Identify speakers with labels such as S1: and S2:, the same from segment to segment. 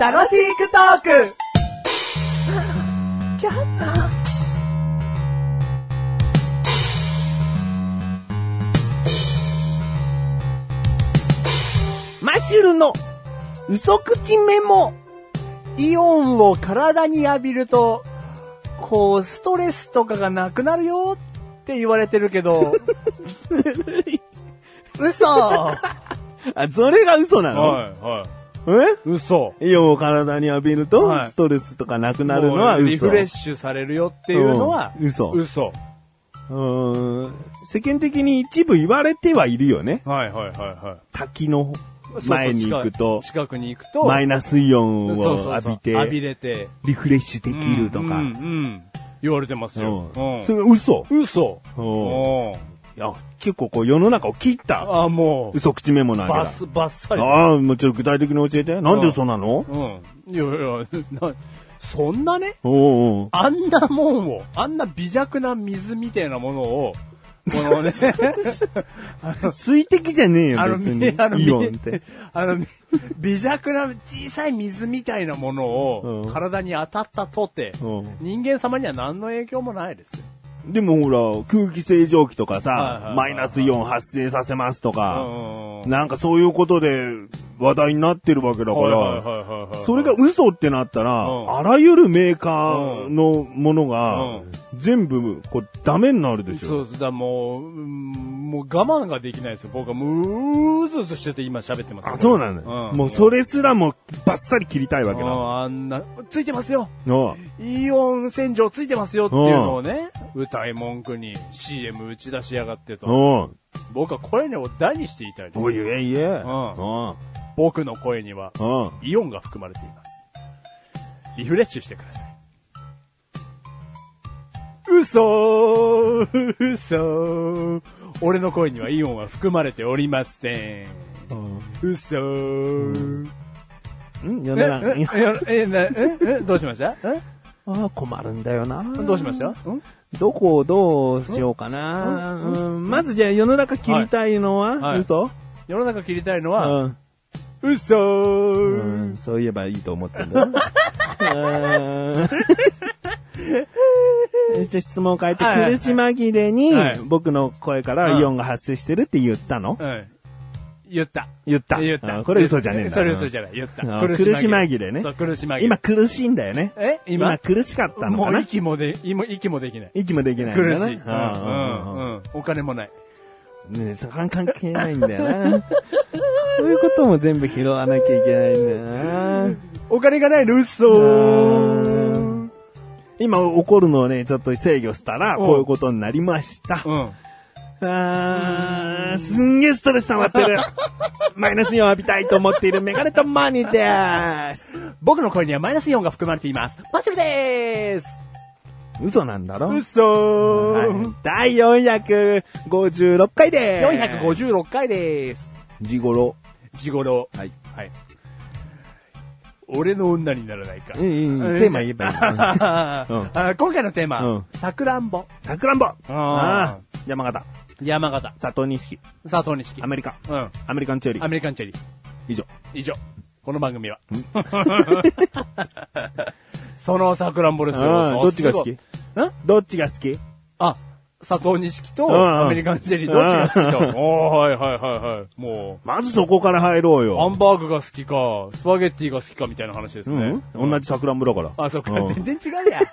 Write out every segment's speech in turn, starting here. S1: 楽しくトーク
S2: マシュルの嘘口メモ。
S3: イオンを体に浴びると、こう、ストレスとかがなくなるよって言われてるけど。嘘
S2: あ、それが嘘なの、
S4: い、は
S2: え
S3: 嘘
S2: イオンを体に浴びると
S4: は、い
S2: ストレスとかなくなるのは嘘。
S3: リフレッシュされるよっていうのは、
S2: うん嘘。う
S4: 嘘。
S2: ーん。世間的に一部言われてはいるよね。
S4: はい、はい、はい、は
S2: 滝の前に行く
S3: そうそう
S2: と、
S3: 近近くに行くと、
S2: マイナスイオン
S3: そうそう
S2: を浴
S3: そう
S2: びて、
S3: 浴びれて、
S2: リフレッシュで
S4: い。
S2: きるとか。
S4: うん、うん。言われてますよ。
S2: うん
S4: うん
S2: それ嘘。
S3: 嘘
S2: うん
S4: おー
S2: いや結構こう世の中を切った
S3: あ、もう、
S2: 嘘口メモなわ
S3: バ
S2: け
S3: ス、バッサ
S2: だ。
S3: リ。
S2: ああ、もうちょっと具体的に教えて。なんで嘘なの
S3: うん。いやいや、な、そんなね、
S2: おうおう
S3: あんなもんを、あんな微弱な水みたいなものを、このね、
S2: 水滴じゃねえ
S3: あ
S2: よ、
S3: の、
S2: 別
S3: みあの、
S2: に。
S3: み
S2: イオンって。
S3: あの、み微弱な小さい水みたいなもの
S2: う
S3: を
S2: ん
S3: 体に当たったとて、
S2: うん
S3: 人間様には何の影響もないですよ。
S2: でもほら、空気清浄機とか
S3: はいはいはいは
S2: さ
S3: い、
S2: マイナスイオン発生させますとか、
S3: うん
S2: なんかそういうことで話題になってるわけだか
S4: はい、
S2: ら、
S4: はい、はい、はい。
S2: それが嘘ってなったら、
S4: うん
S2: あらゆるメーカーのものが
S4: うん、
S2: 全部、こう、ダメになるでし
S3: そ
S2: ょ。
S3: うそうだ、もう、うんもう我慢ができないですよ。僕はもう、うずうずしてて今喋ってますよ
S2: あ、そうなんだ
S3: う
S2: よ。
S3: ん
S2: もうそれすらもバッサリ切りたいわけ
S3: う
S2: だ。
S3: んあんな、ついてますよ
S2: の
S3: イオン洗浄ついてますよっていうのをね、歌い文句に CM 打ち出しやがってと。
S2: うん。
S3: 僕は声を大にして言いたいです
S2: おいえいえ。
S3: ん
S2: うん。
S3: 僕の声には
S2: うん。
S3: イオンが含まれています。リフレッシュしてください。嘘嘘俺の声にはイオンは含まれておりません。嘘
S2: うん、
S3: え
S2: 世の中
S3: え
S2: に。
S3: ええなええどうしましたえ
S2: ああ、困るんだよな。
S3: どうしましたん
S2: どこをどうしようかな。うん、まずじゃあ世の中切りたいのは、
S3: はい
S2: 嘘
S3: 世の中切りたいの
S2: う
S3: は、
S2: ん、
S3: 嘘
S2: うん。そう言えばいいと思ってん だ。うんじゃあ質問を変えて、
S3: はいはいはい
S2: 苦し紛れに
S3: はい
S2: 僕の声から
S3: うん
S2: イオンが発生してるって言ったの
S3: うん。言った。
S2: 言った。
S3: 言った
S2: あ。これ嘘じゃねえんだ。
S3: それ嘘じゃない。言った
S2: あ。苦し紛れね
S3: そう、苦し紛れ。
S2: 今、苦しいんだよね。
S3: え
S2: 今
S3: 今
S2: 苦しかったの
S3: も
S2: か
S3: う
S2: な
S3: 息もで、今息もできない。
S2: 息もできないんだ
S3: 苦
S2: な
S3: しい。うん、
S2: うんうんうん
S3: うん、うん。お金もない。
S2: ねえ、そこは関係ないんだよな。 こういうことも全部拾わなきゃいけないんだよな。
S3: お金がないの嘘
S2: う今起こるのをね、ちょっと制御したら、
S3: うん
S2: こういうことになりました。
S3: うん。
S2: あー、すんげえストレス溜まってる。 マイナスイオン浴びたいと思っているメガネとマニーです。
S3: 僕の声にはマイナスイオンが含まれています。マッシュルでーす
S2: 嘘なんだろ、
S3: 嘘
S2: はい第456回でーす。
S3: !456 回でーす。
S2: 時頃。
S3: ジゴロ。
S2: はい。
S3: はい。俺の女にならないか。
S2: うんうんうんテーマ言え ばいい
S3: あ
S2: うん
S3: ー今回のテー
S2: う
S3: マ
S2: ん、
S3: さくらんぼ。
S2: さくらんぼ。あ
S3: ー
S2: あー。山形。
S3: 山形、
S2: 佐藤錦。
S3: 佐藤錦
S2: ア。メリカ。
S3: うん。
S2: アメリカンチェリ
S3: ア
S2: ー。
S3: メリカンチェリー。
S2: 以上。
S3: 以上。この番組は。 そのさくらんぼです
S2: ああ
S3: よ。
S2: どっちが好き
S3: ん
S2: どっちが好き
S3: あ、佐藤錦と
S2: うんうん
S3: アメリカンチェリーどっちが好きか。おーはいはいはいはい。も
S2: まずそこから入ろう
S3: う、ハ
S2: よ。
S3: ンバーグが好きか、スパゲッティが好きかみたいな話ですね。
S2: うん。同じ桜村だから。
S3: あ、そっか
S2: う。 ん
S3: 全然違うやん。え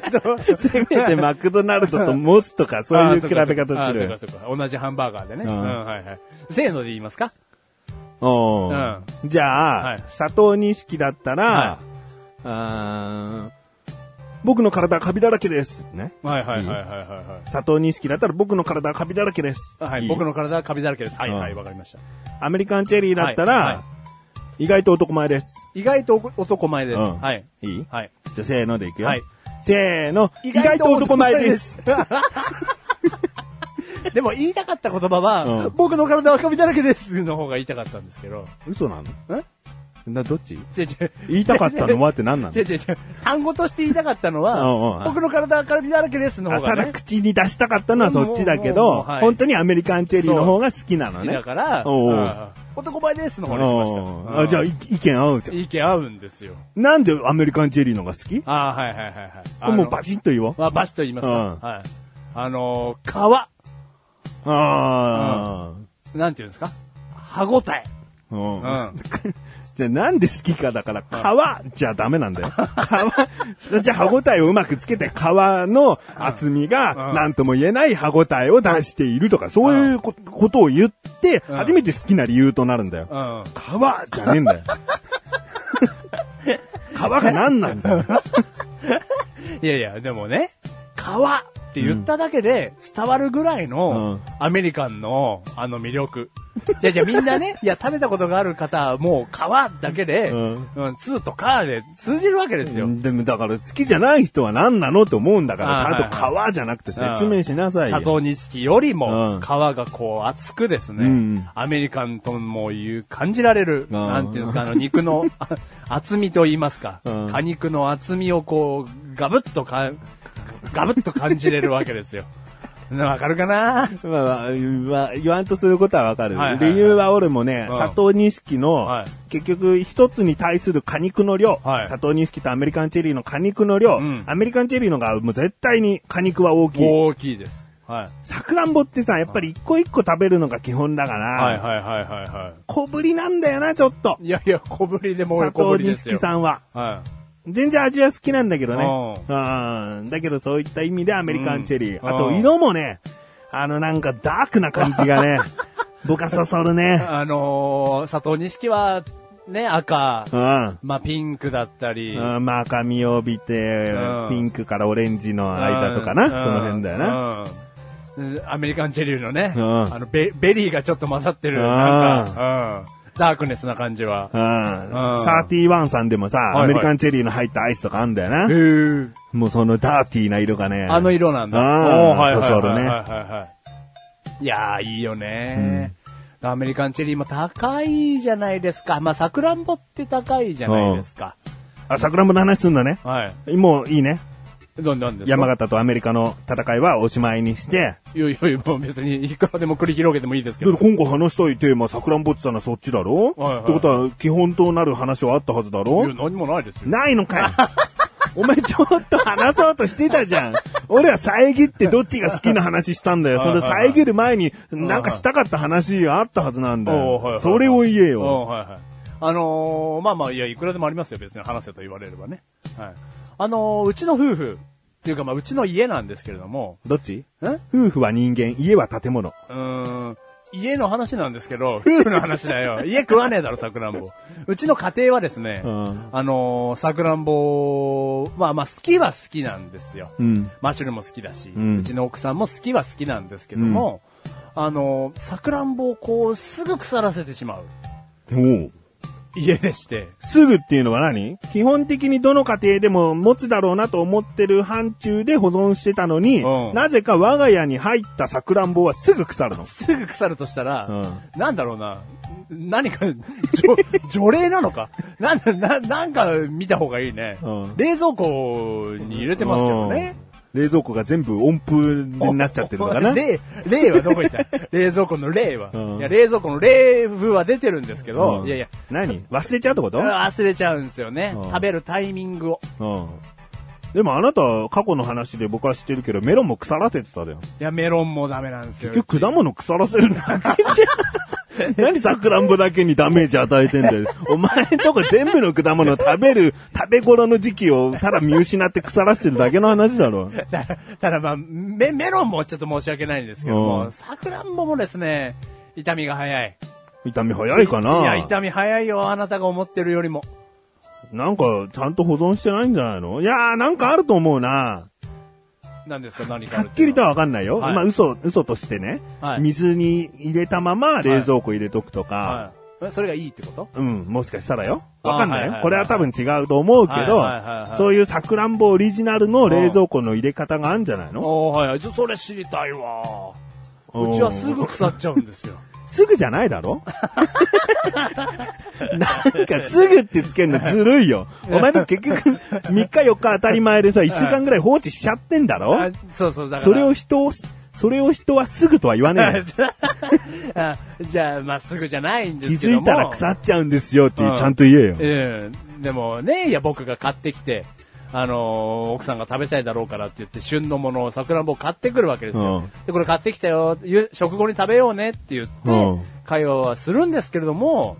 S3: ーっと、
S2: せめてマクドナルド とモスとかそういう比べ方
S3: あ
S2: す
S3: そっか
S2: る。
S3: そっかあそっかそっか同じハンバーガーでね。う、
S2: うんん
S3: はいはい。せーので言いますか
S2: うんじゃ
S3: は
S2: あ
S3: い、
S2: 佐藤錦だった
S3: は
S2: ら、あー僕の体はカビだらけです。ね。
S3: はいはいはいはいはいはい。
S2: 佐藤錦だったら僕の体はカビだらけです。
S3: はい、
S2: いい
S3: 僕の体はカビだらけです。はい
S2: うん
S3: はい、わかりました。
S2: アメリカンチェリーだった
S3: はいは
S2: ら、意外と男前です。
S3: 意外と男前です。
S2: うん
S3: はい。
S2: いい
S3: はい。
S2: じゃあせーのでいくよ。
S3: はい
S2: せーの、意外と男前です。。
S3: でも言いたかった言葉は、
S2: うん
S3: 僕の体はカビだらけですの方が言いたかったんですけど。
S2: 嘘なの
S3: え
S2: な、どっち
S3: 違う違う。
S2: 言いたかったのはって何なの
S3: 違う違う違う。単語として言いたかったの
S2: うんう
S3: は、
S2: ん
S3: 僕の体はカビだらけですの
S2: あ
S3: 方が
S2: ただ
S3: ね。
S2: 口に出したかったのはそっちだけ
S3: もうもうも
S2: ど、
S3: うはい
S2: 本当にアメリカンチェリーの方が好きなの
S3: 好き
S2: ね
S3: だ。から、
S2: おうおう
S3: あー
S5: 男前ですの
S2: あ
S5: 方にしまし
S3: うん
S2: あじゃあ、い意見合うじゃん。
S3: 意見合うんですよ。
S2: なんでアメリカンジェリーのが好き
S3: ああ、はいはいはいはいあの。
S2: もうバシッと言おう。
S3: まあ、バシッと言いますか。
S2: うん
S3: はい。あのー
S2: あ
S3: 皮、なんていうんですか
S5: た。歯応え。
S2: あ。う。
S3: うんん。
S2: じゃあなんで好きかだから、皮じゃダメなん だよ。皮、じゃあ歯応えをうまくつけて、皮の厚み
S3: う
S2: が
S3: ん
S2: なんとも言えない歯応えを出しているとか、そういうこことを言って、
S3: うん
S2: 初めて好きな理由となるんだよ。
S3: うん。
S2: 皮じゃねえん だよ。皮が何なん だよ。
S3: いやいや、でもね、皮って言っただけで伝わるぐらい
S2: うん
S3: の、アメリカンのあの魅力。
S5: じゃあじゃあみんな ね、いや、食べたことがある方はもう皮だけで、
S2: う
S5: うんん、2とかで通じるわけですよ。
S2: でもだから好きじゃない人は何なのって思うんだから、
S3: あ
S2: ちゃ
S3: ー
S2: んと皮じゃなくて説明しなさいよ。
S3: 佐藤錦より
S2: うん
S3: も、皮がこう厚くですね、
S2: うん
S3: アメリカンともいう感じられる、
S2: ん
S3: なんていうんですか、あの肉の あ厚みと言いますか、
S2: うん
S3: 果肉の厚みをこう、ガブッとか、ガブッと感じれるわけですよ。 わかるかな
S2: まあまあ、言わ言わんとすることはわかる。
S3: はいはいはい
S2: 理由は俺もね、
S3: うん
S2: 佐藤錦の、
S3: はい
S2: 結局一つに対する果肉の量、
S3: はい
S2: 佐藤錦とアメリカンチェリーの果肉の量、
S3: うん
S2: アメリカンチェリーのがもう絶対に果肉は大きい。
S3: 大きいです。はい。
S2: さくらんぼってさ、やっぱり一個一個食べるのが基本だから、
S3: はいはいはいはいは
S2: 小ぶりなんだよな、ちょっと
S3: い。。いやいや、小ぶりでもう小
S2: 佐
S3: ぶ
S2: 藤
S3: りです
S2: 錦
S3: よ。
S2: さんは。
S3: は
S2: 全然味は好きなんだけどね。
S3: う
S2: うん。だけどそういった意味でアメリカンチェリー。
S3: うん
S2: あと色もね、あのなんかダークな感じが ね、僕はそそる
S3: い。
S2: ね。
S3: あのー、佐藤錦は、ね、赤、
S2: うん。
S3: まあ、ピンクだったり、
S2: うん、まあ赤みを帯びて
S3: う、ん
S2: ピンクからオレンジの間とかな、
S3: うん
S2: その辺だよな。。
S3: うんうんアメリカンチェリーのね、
S2: うん
S3: あのベベリーがちょっと混ざってる、
S2: うん
S3: なんか、うん、ダークネスな感じは。
S2: うん。
S3: うん
S2: サーティワンさんでもさ、
S3: いはい
S2: アメリカンチェリーの入ったアイスとかあんだよ
S3: へ
S2: な。
S3: ー
S2: もうそのダーティーな色がね。
S3: あの色なんだ。
S2: うん
S3: おーはいはい
S2: そ
S3: は
S2: うそうだ
S3: い
S2: ね
S3: はいはいはい。いやー、いいよね、アメリカンチェリーも高いじゃないですか。まあ、さくらんぼって高いじゃないですか。
S2: あ、桜もの話すんだね。
S3: はい。
S2: もういいね。
S3: どんなんですか
S2: 山形とアメリカの戦いはおしまいにして、
S3: いやいやいや、もう別にいくらでも繰り広げてもいいですけ
S2: だ
S3: ど
S2: か。ら今後話したいテーマ、さくらんぼって言ったのはそっちだろ、
S3: はいはい
S2: ってことは、基本となる話はあったはずだ
S3: い
S2: ろ
S3: や、何もないですよ。
S2: ないのかいお前ちょっと話そうとしてたじゃん。俺は遮ってどっちが好きな話したんだよ。それ遮る前に、なんかしたかった話があったはずなんだ
S3: おうはいはいは
S2: よ
S3: い。
S2: それを言え
S3: お
S2: よ。
S3: ーはいはい。あのー、まあまあ、いや、いくらでもありますよ、別に話せと言われればね。はい。あのー、うちの夫婦、っていうか、まあ、うちの家なんですけれども、
S2: どっち
S3: んう
S2: 夫婦は人間、家は建物。
S3: ーん、家の話なんですけど、 夫婦の話だよ。家食わねえだろ、さくらんぼ。うちの家庭はですね、
S2: うん
S3: あのー、さくらんぼ、まあまあ、好きは好きなんですよ。
S2: うん。
S3: マッシュルも好きだし、
S2: う
S3: うんちの奥さんも好きは好きなんですけども、あのー、さくらんぼをこう、すぐ腐らせてしまう
S2: おう
S3: 家でして、
S2: すぐっていうのは何基本的にどの家庭でも持つだろうなと思ってる範疇で保存してたのに、
S3: うん
S2: なぜか我が家に入ったさくらんぼはすぐ腐るの。
S3: すぐ腐るとしたら、
S2: う
S3: なんだろうな、何か、じょ除霊なのかなんだ、な、なんか見た方がいいね。
S2: うん
S3: 冷蔵庫に入れてますけどね。
S2: うん。冷蔵庫が全部音符になっちゃってるのかな
S3: 霊、霊はどこ行った冷蔵庫の霊は、
S2: うん
S3: いや、冷蔵庫の霊風は出てるんですけど、
S2: うん
S3: いやいや、
S2: 何忘れちゃうってこと
S3: 忘れちゃうんですよね、
S2: うん
S3: 食べるタイミングを。
S2: うん。でもあなた、過去の話で僕は知ってるけど、メロンも腐らせてただよ。
S3: いや、メロンもダメなんですよ。
S2: 結局果物腐らせるだけじ ゃん。何さくらんぼだけにダメージ与えてんだよ。お前んとこ全部の果物食べる、食べ頃の時期をただ見失って腐らせてるだけの話だろ。
S3: だただまあ、メ、メロンもちょっと申し訳ないんですけど
S2: う
S3: も、
S2: ん
S3: さくらんぼもですね、痛みが早い。
S2: 痛み早いかない
S3: や、痛み早いよ、あなたが思ってるよりも。
S2: なんか、ちゃんと保存してないんじゃないのいやー、なんかあると思うな。
S3: 何ですか、何か
S2: は
S3: ある
S2: ってき
S3: い
S2: り
S3: う
S2: と
S3: の
S2: は
S3: は。
S2: わかんないよ。
S3: はい
S2: まあ、嘘、嘘としてね、
S3: はい
S2: 水に入れたまま冷蔵庫入れとくとか、
S3: はいえそれがいいってこと
S2: うん、もしかしたらよ。わかんないよ、
S3: あはいはいはい
S2: これは多分違うと思うけど、
S3: はいはいはいはい
S2: そういうさくらんぼオリジナルの冷蔵庫の入れ方があるんじゃないの
S3: おーはいはい。ちょそれ知りたいわ。
S2: うん
S3: うちはすぐ腐っちゃうんですよ。
S2: すぐじゃないだ ろなんかすぐってつけんのずるいよ。お前と結局3日4日当たり前でさ、1週間ぐらい放置しちゃってんだろ
S3: あそうそう、だか
S2: そ
S3: ら。
S2: れを人をそれを人はすぐとは言わねえ
S3: あじゃあ、まっすぐじゃないんで
S2: の。気
S3: すけ
S2: づ
S3: ども。
S2: いたら腐っちゃうんですよって
S3: うん
S2: ちゃんと言えよ。
S3: うん。でもね、いや、僕が買ってきて、あのー奥さんが食べたいだろうからって言って、旬のものを、桜んぼを買ってくるわけですよ。
S2: うん
S3: で、これ買ってきたよ、ゆ食後に食べようねって言って、
S2: うん
S3: 会話はするんですけれども、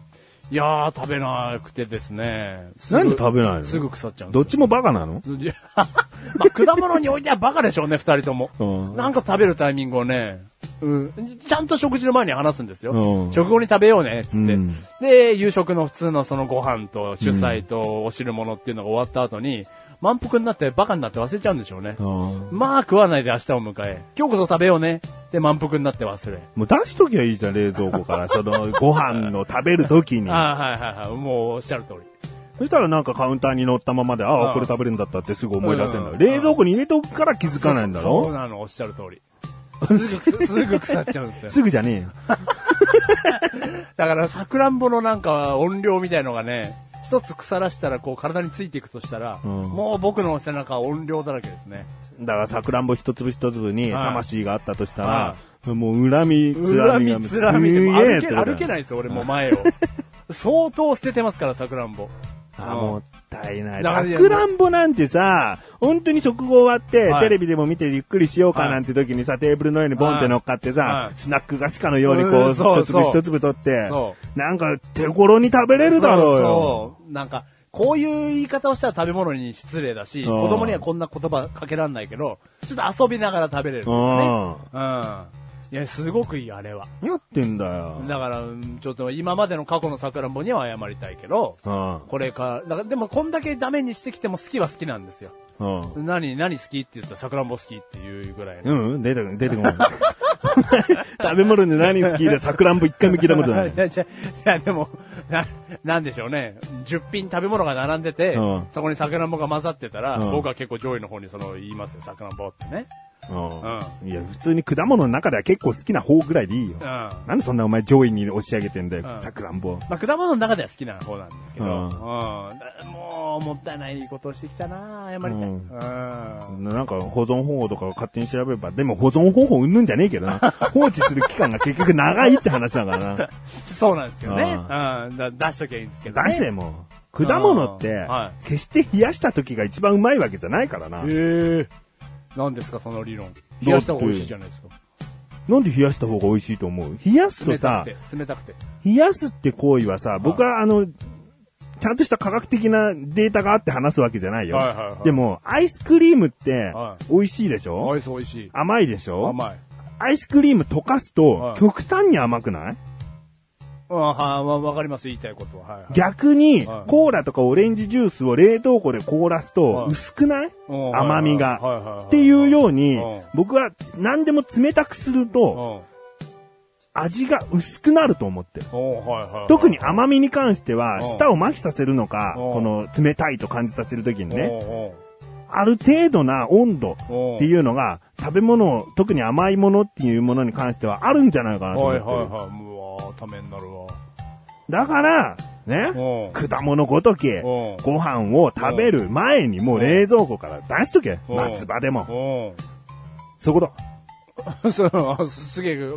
S3: いやー、食べなくてですね。すぐ
S2: なんで食べないの
S3: すぐ腐っちゃうんです
S2: ど
S3: よ
S2: っちもバカなの
S3: いや まあ、果物においてはバカでしょうね、二人とも。
S2: うん
S3: なんか食べるタイミングをね、うん、ちゃんと食事の前に話すんですよ。
S2: うん
S3: 食後に食べようね、つって、
S2: うん
S3: で、夕食の普通のそのご飯と主菜とお汁物っていうのが終わった後に、満腹になってバカになって忘れちゃうんでしょうね。
S2: うん
S3: まあ食わないで明日を迎え、今日こそ食べようね。で、満腹になって忘れ。
S2: もう出しときゃいいじゃん、冷蔵庫から。その、ご飯の食べるときに。
S3: ああ、はいはいはい。もうおっしゃる通り。
S2: そしたらなんかカウンターに乗ったままで、あ
S3: う
S2: あ、
S3: ん
S2: これ食べるんだったってすぐ思い出せるんだ
S3: う
S2: よ。
S3: ん
S2: 冷蔵庫に入れておくから気づかないんだ
S3: そう
S2: ろ
S3: なの、おっしゃる通り。すぐ、すぐ腐っちゃうんですよ。
S2: すぐじゃねえよ。
S3: だから、さくらんぼのなんか音量みたいのがね、一つ腐らしたらこう体についていくとしたら、
S2: うん
S3: もう僕の背中は音量だらけですね。
S2: だから、さくらんぼ一粒一粒に
S3: はい
S2: 魂があったとしたら
S3: は、
S2: もう恨み、つら
S3: 恨
S2: みが
S3: みつらみでもう歩け歩けない
S2: い。
S3: ですよ、俺もう前を。相当捨ててますから、さくらんぼ。
S2: あ、もったいない。
S3: だか
S2: さ
S3: ら
S2: くらんぼなんてさ、本当に食後終わって、
S3: はい
S2: テレビでも見てゆっくりしようか
S3: はい
S2: なんて時にさ、テーブルの上にボンって乗っかってさ
S3: は、い
S2: スナック菓子かのようにこ
S3: う
S2: う、
S3: んそ
S2: 一
S3: うそ
S2: 粒
S3: う
S2: 一粒取って
S3: そ、
S2: なんか手頃に食べれるだろうよ。
S3: そうそう。なんか、こういう言い方をしたら食べ物に失礼だし、
S2: うん
S3: 子供にはこんな言葉かけらんないけど、ちょっと遊びながら食べれるとかね。うん。いや、すごくいい、あれは。
S2: 何やってんだよ。
S3: だから、うんちょっと今までの過去のさくらんぼには謝りたいけど、
S2: うん
S3: これか、だからでもこんだけダメにしてきても好きは好きなんですよ。
S2: うん
S3: 何、何好きって言ったらさくらんぼ好きっていうぐらいの。
S2: うんうん、出 てこない、出てこない。食べ物で何好きで桜んぼ一回も聞いたこと ない
S3: い。や、じゃ、じゃ、でも、な、なんでしょうね。10品食べ物が並んでて、
S2: うん
S3: そこに桜んぼが混ざってたら、
S2: うん
S3: 僕は結構上位の方にその言いますよ、桜んぼってね。
S2: うんいや、普通に果物の中では結構好きな方ぐらいでいいよ
S3: うん。。ま
S2: なんでそんなお前上位に押し上げてんだ
S3: う
S2: よ、
S3: ん
S2: 桜んぼ。
S3: あ、果物の中では好きな方なんですけど、
S2: う
S3: うんん。だもう、もったいないことをしてきたな謝りたい。
S2: う
S3: うんん。
S2: なんか保存方法とかを勝手に調べれば、でも保存方法うんぬんじゃねえけどな。放置する期間が結局長いって話だから な。
S3: そうなんですよね。
S2: う
S3: うんん。だ出しときゃいいんですけど、ね。
S2: 出せもう。果物って
S3: は、
S2: 決して冷やした時が一番うまいわけじゃないからな。
S3: へえ。何ですか、その理論。冷やした方が美味しいじゃないですか。
S2: なんで冷やした方が美味しいと思う冷やすと
S3: 冷た
S2: さ
S3: く、て、冷たくて。
S2: 冷やすって行為はさ、僕はあの、ちゃんとした科学的なデータがあって話すわけじゃないよ。
S3: はいはいはい
S2: でも、アイスクリームって
S3: は、
S2: 美味しいでしょ、
S3: アイス美味しい。
S2: 甘いでしょ
S3: 甘い。
S2: アイスクリーム溶かすと
S3: は、い
S2: 極端に甘くない
S3: あはわわかります、言いたいことは。はい、はい。
S2: 逆に、
S3: はい
S2: コーラとかオレンジジュースを冷凍庫で凍らすと
S3: は、い
S2: 薄くない
S3: うん
S2: 甘みが
S3: はいはいはいはい
S2: っていうように
S3: うん、
S2: 僕は何でも冷たくする
S3: うん
S2: と、味が薄くなると思ってる。
S3: おはいはいはい
S2: 特に甘みに関しては、
S3: うん
S2: 舌を麻痺させるのか、
S3: うん
S2: この冷たいと感じさせるときにね、
S3: おう
S2: ある程度な温度
S3: おう
S2: っていうのが、食べ物、特に甘いものっていうものに関してはあるんじゃないかなと
S3: お
S2: 思
S3: う
S2: っ
S3: は
S2: て
S3: い
S2: る。
S3: はいはい。うわーためになるわ。
S2: だから、ね、
S3: おう
S2: 果物ごとき、
S3: おう
S2: ご飯を食べる前にもう冷蔵庫から出しとけ。
S3: うん
S2: 松葉でも。
S3: お
S2: そういうこ
S3: う そうあすげえ、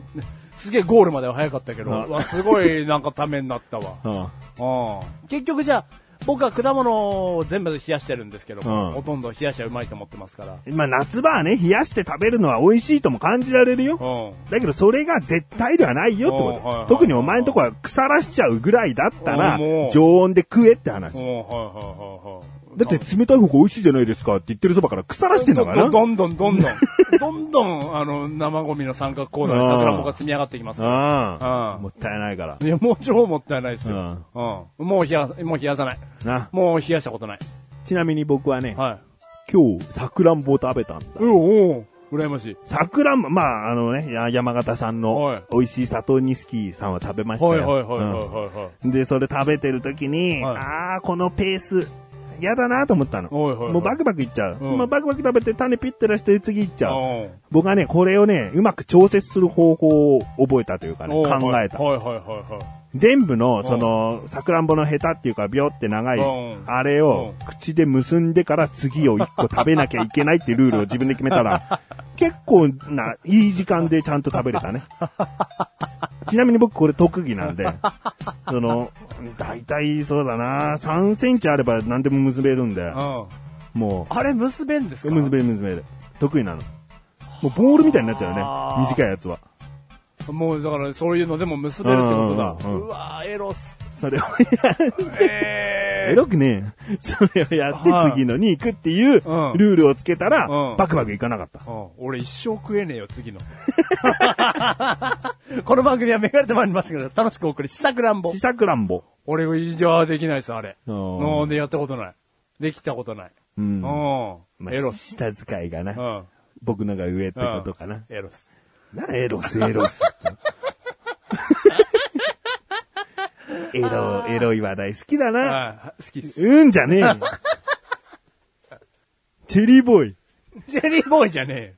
S3: すげえゴールまでは早かったけど、
S2: あ
S3: うわすごいなんかためになったわ。
S2: と。
S3: うん結局じゃあ、僕は果物を全部冷やしてるんですけど、
S2: うん
S3: ほとんど冷やしはうまいと思ってますから。
S2: 今夏場はね、冷やして食べるのは美味しいとも感じられるよ。
S3: うん
S2: だけどそれが絶対ではないよって
S3: おうはいはい
S2: こ
S3: はい
S2: と。特にお前のとこは腐らしちゃうぐらいだったら
S3: おうも、う
S2: 常温で食えって話。
S3: うんはいはいはいはい。
S2: だって冷たい方が美味しいじゃないですかって言ってるそばから腐らしてんだから
S3: どどんどんどんど ん。どんどん、あの、生ゴミの三角コーナーに桜もが積み上がってきますか
S2: な。
S3: う
S2: うん。
S3: ん
S2: もったいないから。
S3: ら。いや、もう超もったいないです
S2: う
S3: よ
S2: ん。
S3: うん。もう冷や、もう冷やさない。
S2: な。
S3: もう冷やしたことない。
S2: ちなみに僕はね、
S3: はい。
S2: 今日、さくらんぼを食べたんだ。
S3: うん、うん。羨ましい。
S2: さくらんぼ、まあ、あのね、や山形さん
S3: は
S2: の
S3: い
S2: 美味しい佐藤錦さんは食べました
S3: はい
S2: よ。
S3: はいはいはいはいはい。
S2: うんで、それ食べてる時に、
S3: はい
S2: あー、このペース、嫌だなと思ったの。
S3: おいおいおい
S2: もうバクバクいっちゃう。
S3: うん
S2: まあ、バクバク食べて種ピッて出して次いっちゃう。
S3: うん
S2: 僕はね、これをね、うまく調節する方法を覚えたというかね、
S3: おう
S2: 考えた。
S3: はいはいはい
S2: 全部の、その、さくらんぼのヘタっていうか、ビョって長い
S3: うん、
S2: あれを、口で結んでから次を一個食べなきゃいけないっていうルールを自分で決めた ら、結構な、いい時間でちゃんと食べれたね。ちなみに僕これ特技なんで、 その、大体そうだな、3センチあれば何でも結べるんで、
S3: はい。うん。
S2: も
S3: あれ結べんです
S2: う、
S3: か
S2: 結べる結べる。得意なの。もうボールみたいになっちゃう
S3: あ
S2: よ
S3: ー
S2: ね、短いやつは。
S3: もうだからそういうのでも結べるってことだ。
S2: うんうんうん
S3: うわーエロス。
S2: それをや
S3: え
S2: エロくねえ。それをやって次のに行くっていうル
S3: うん
S2: ールをつけたら、
S3: うん
S2: バクバクいかなかった。
S3: うん、俺一生食えねえよ、次の。 この番組はメガネとまいりましたけど、楽しくお送り、したくらんぼ
S2: 試。作乱暴。
S3: 俺、じゃあできないです、あれ。
S2: あー
S3: なんでやったことない。できたことない。
S2: う。
S3: うんん。
S2: まあ
S3: エロス。
S2: 下遣いが
S3: う
S2: な。
S3: ん。
S2: 僕のが上ってことかな。
S3: エロス。
S2: な、エロス、エロ ス。エロ、エロい話題好きだな。
S3: はい、好きっす。
S2: うんじゃねえよ。チェリーボーイ。
S3: ジェリーボーイじゃね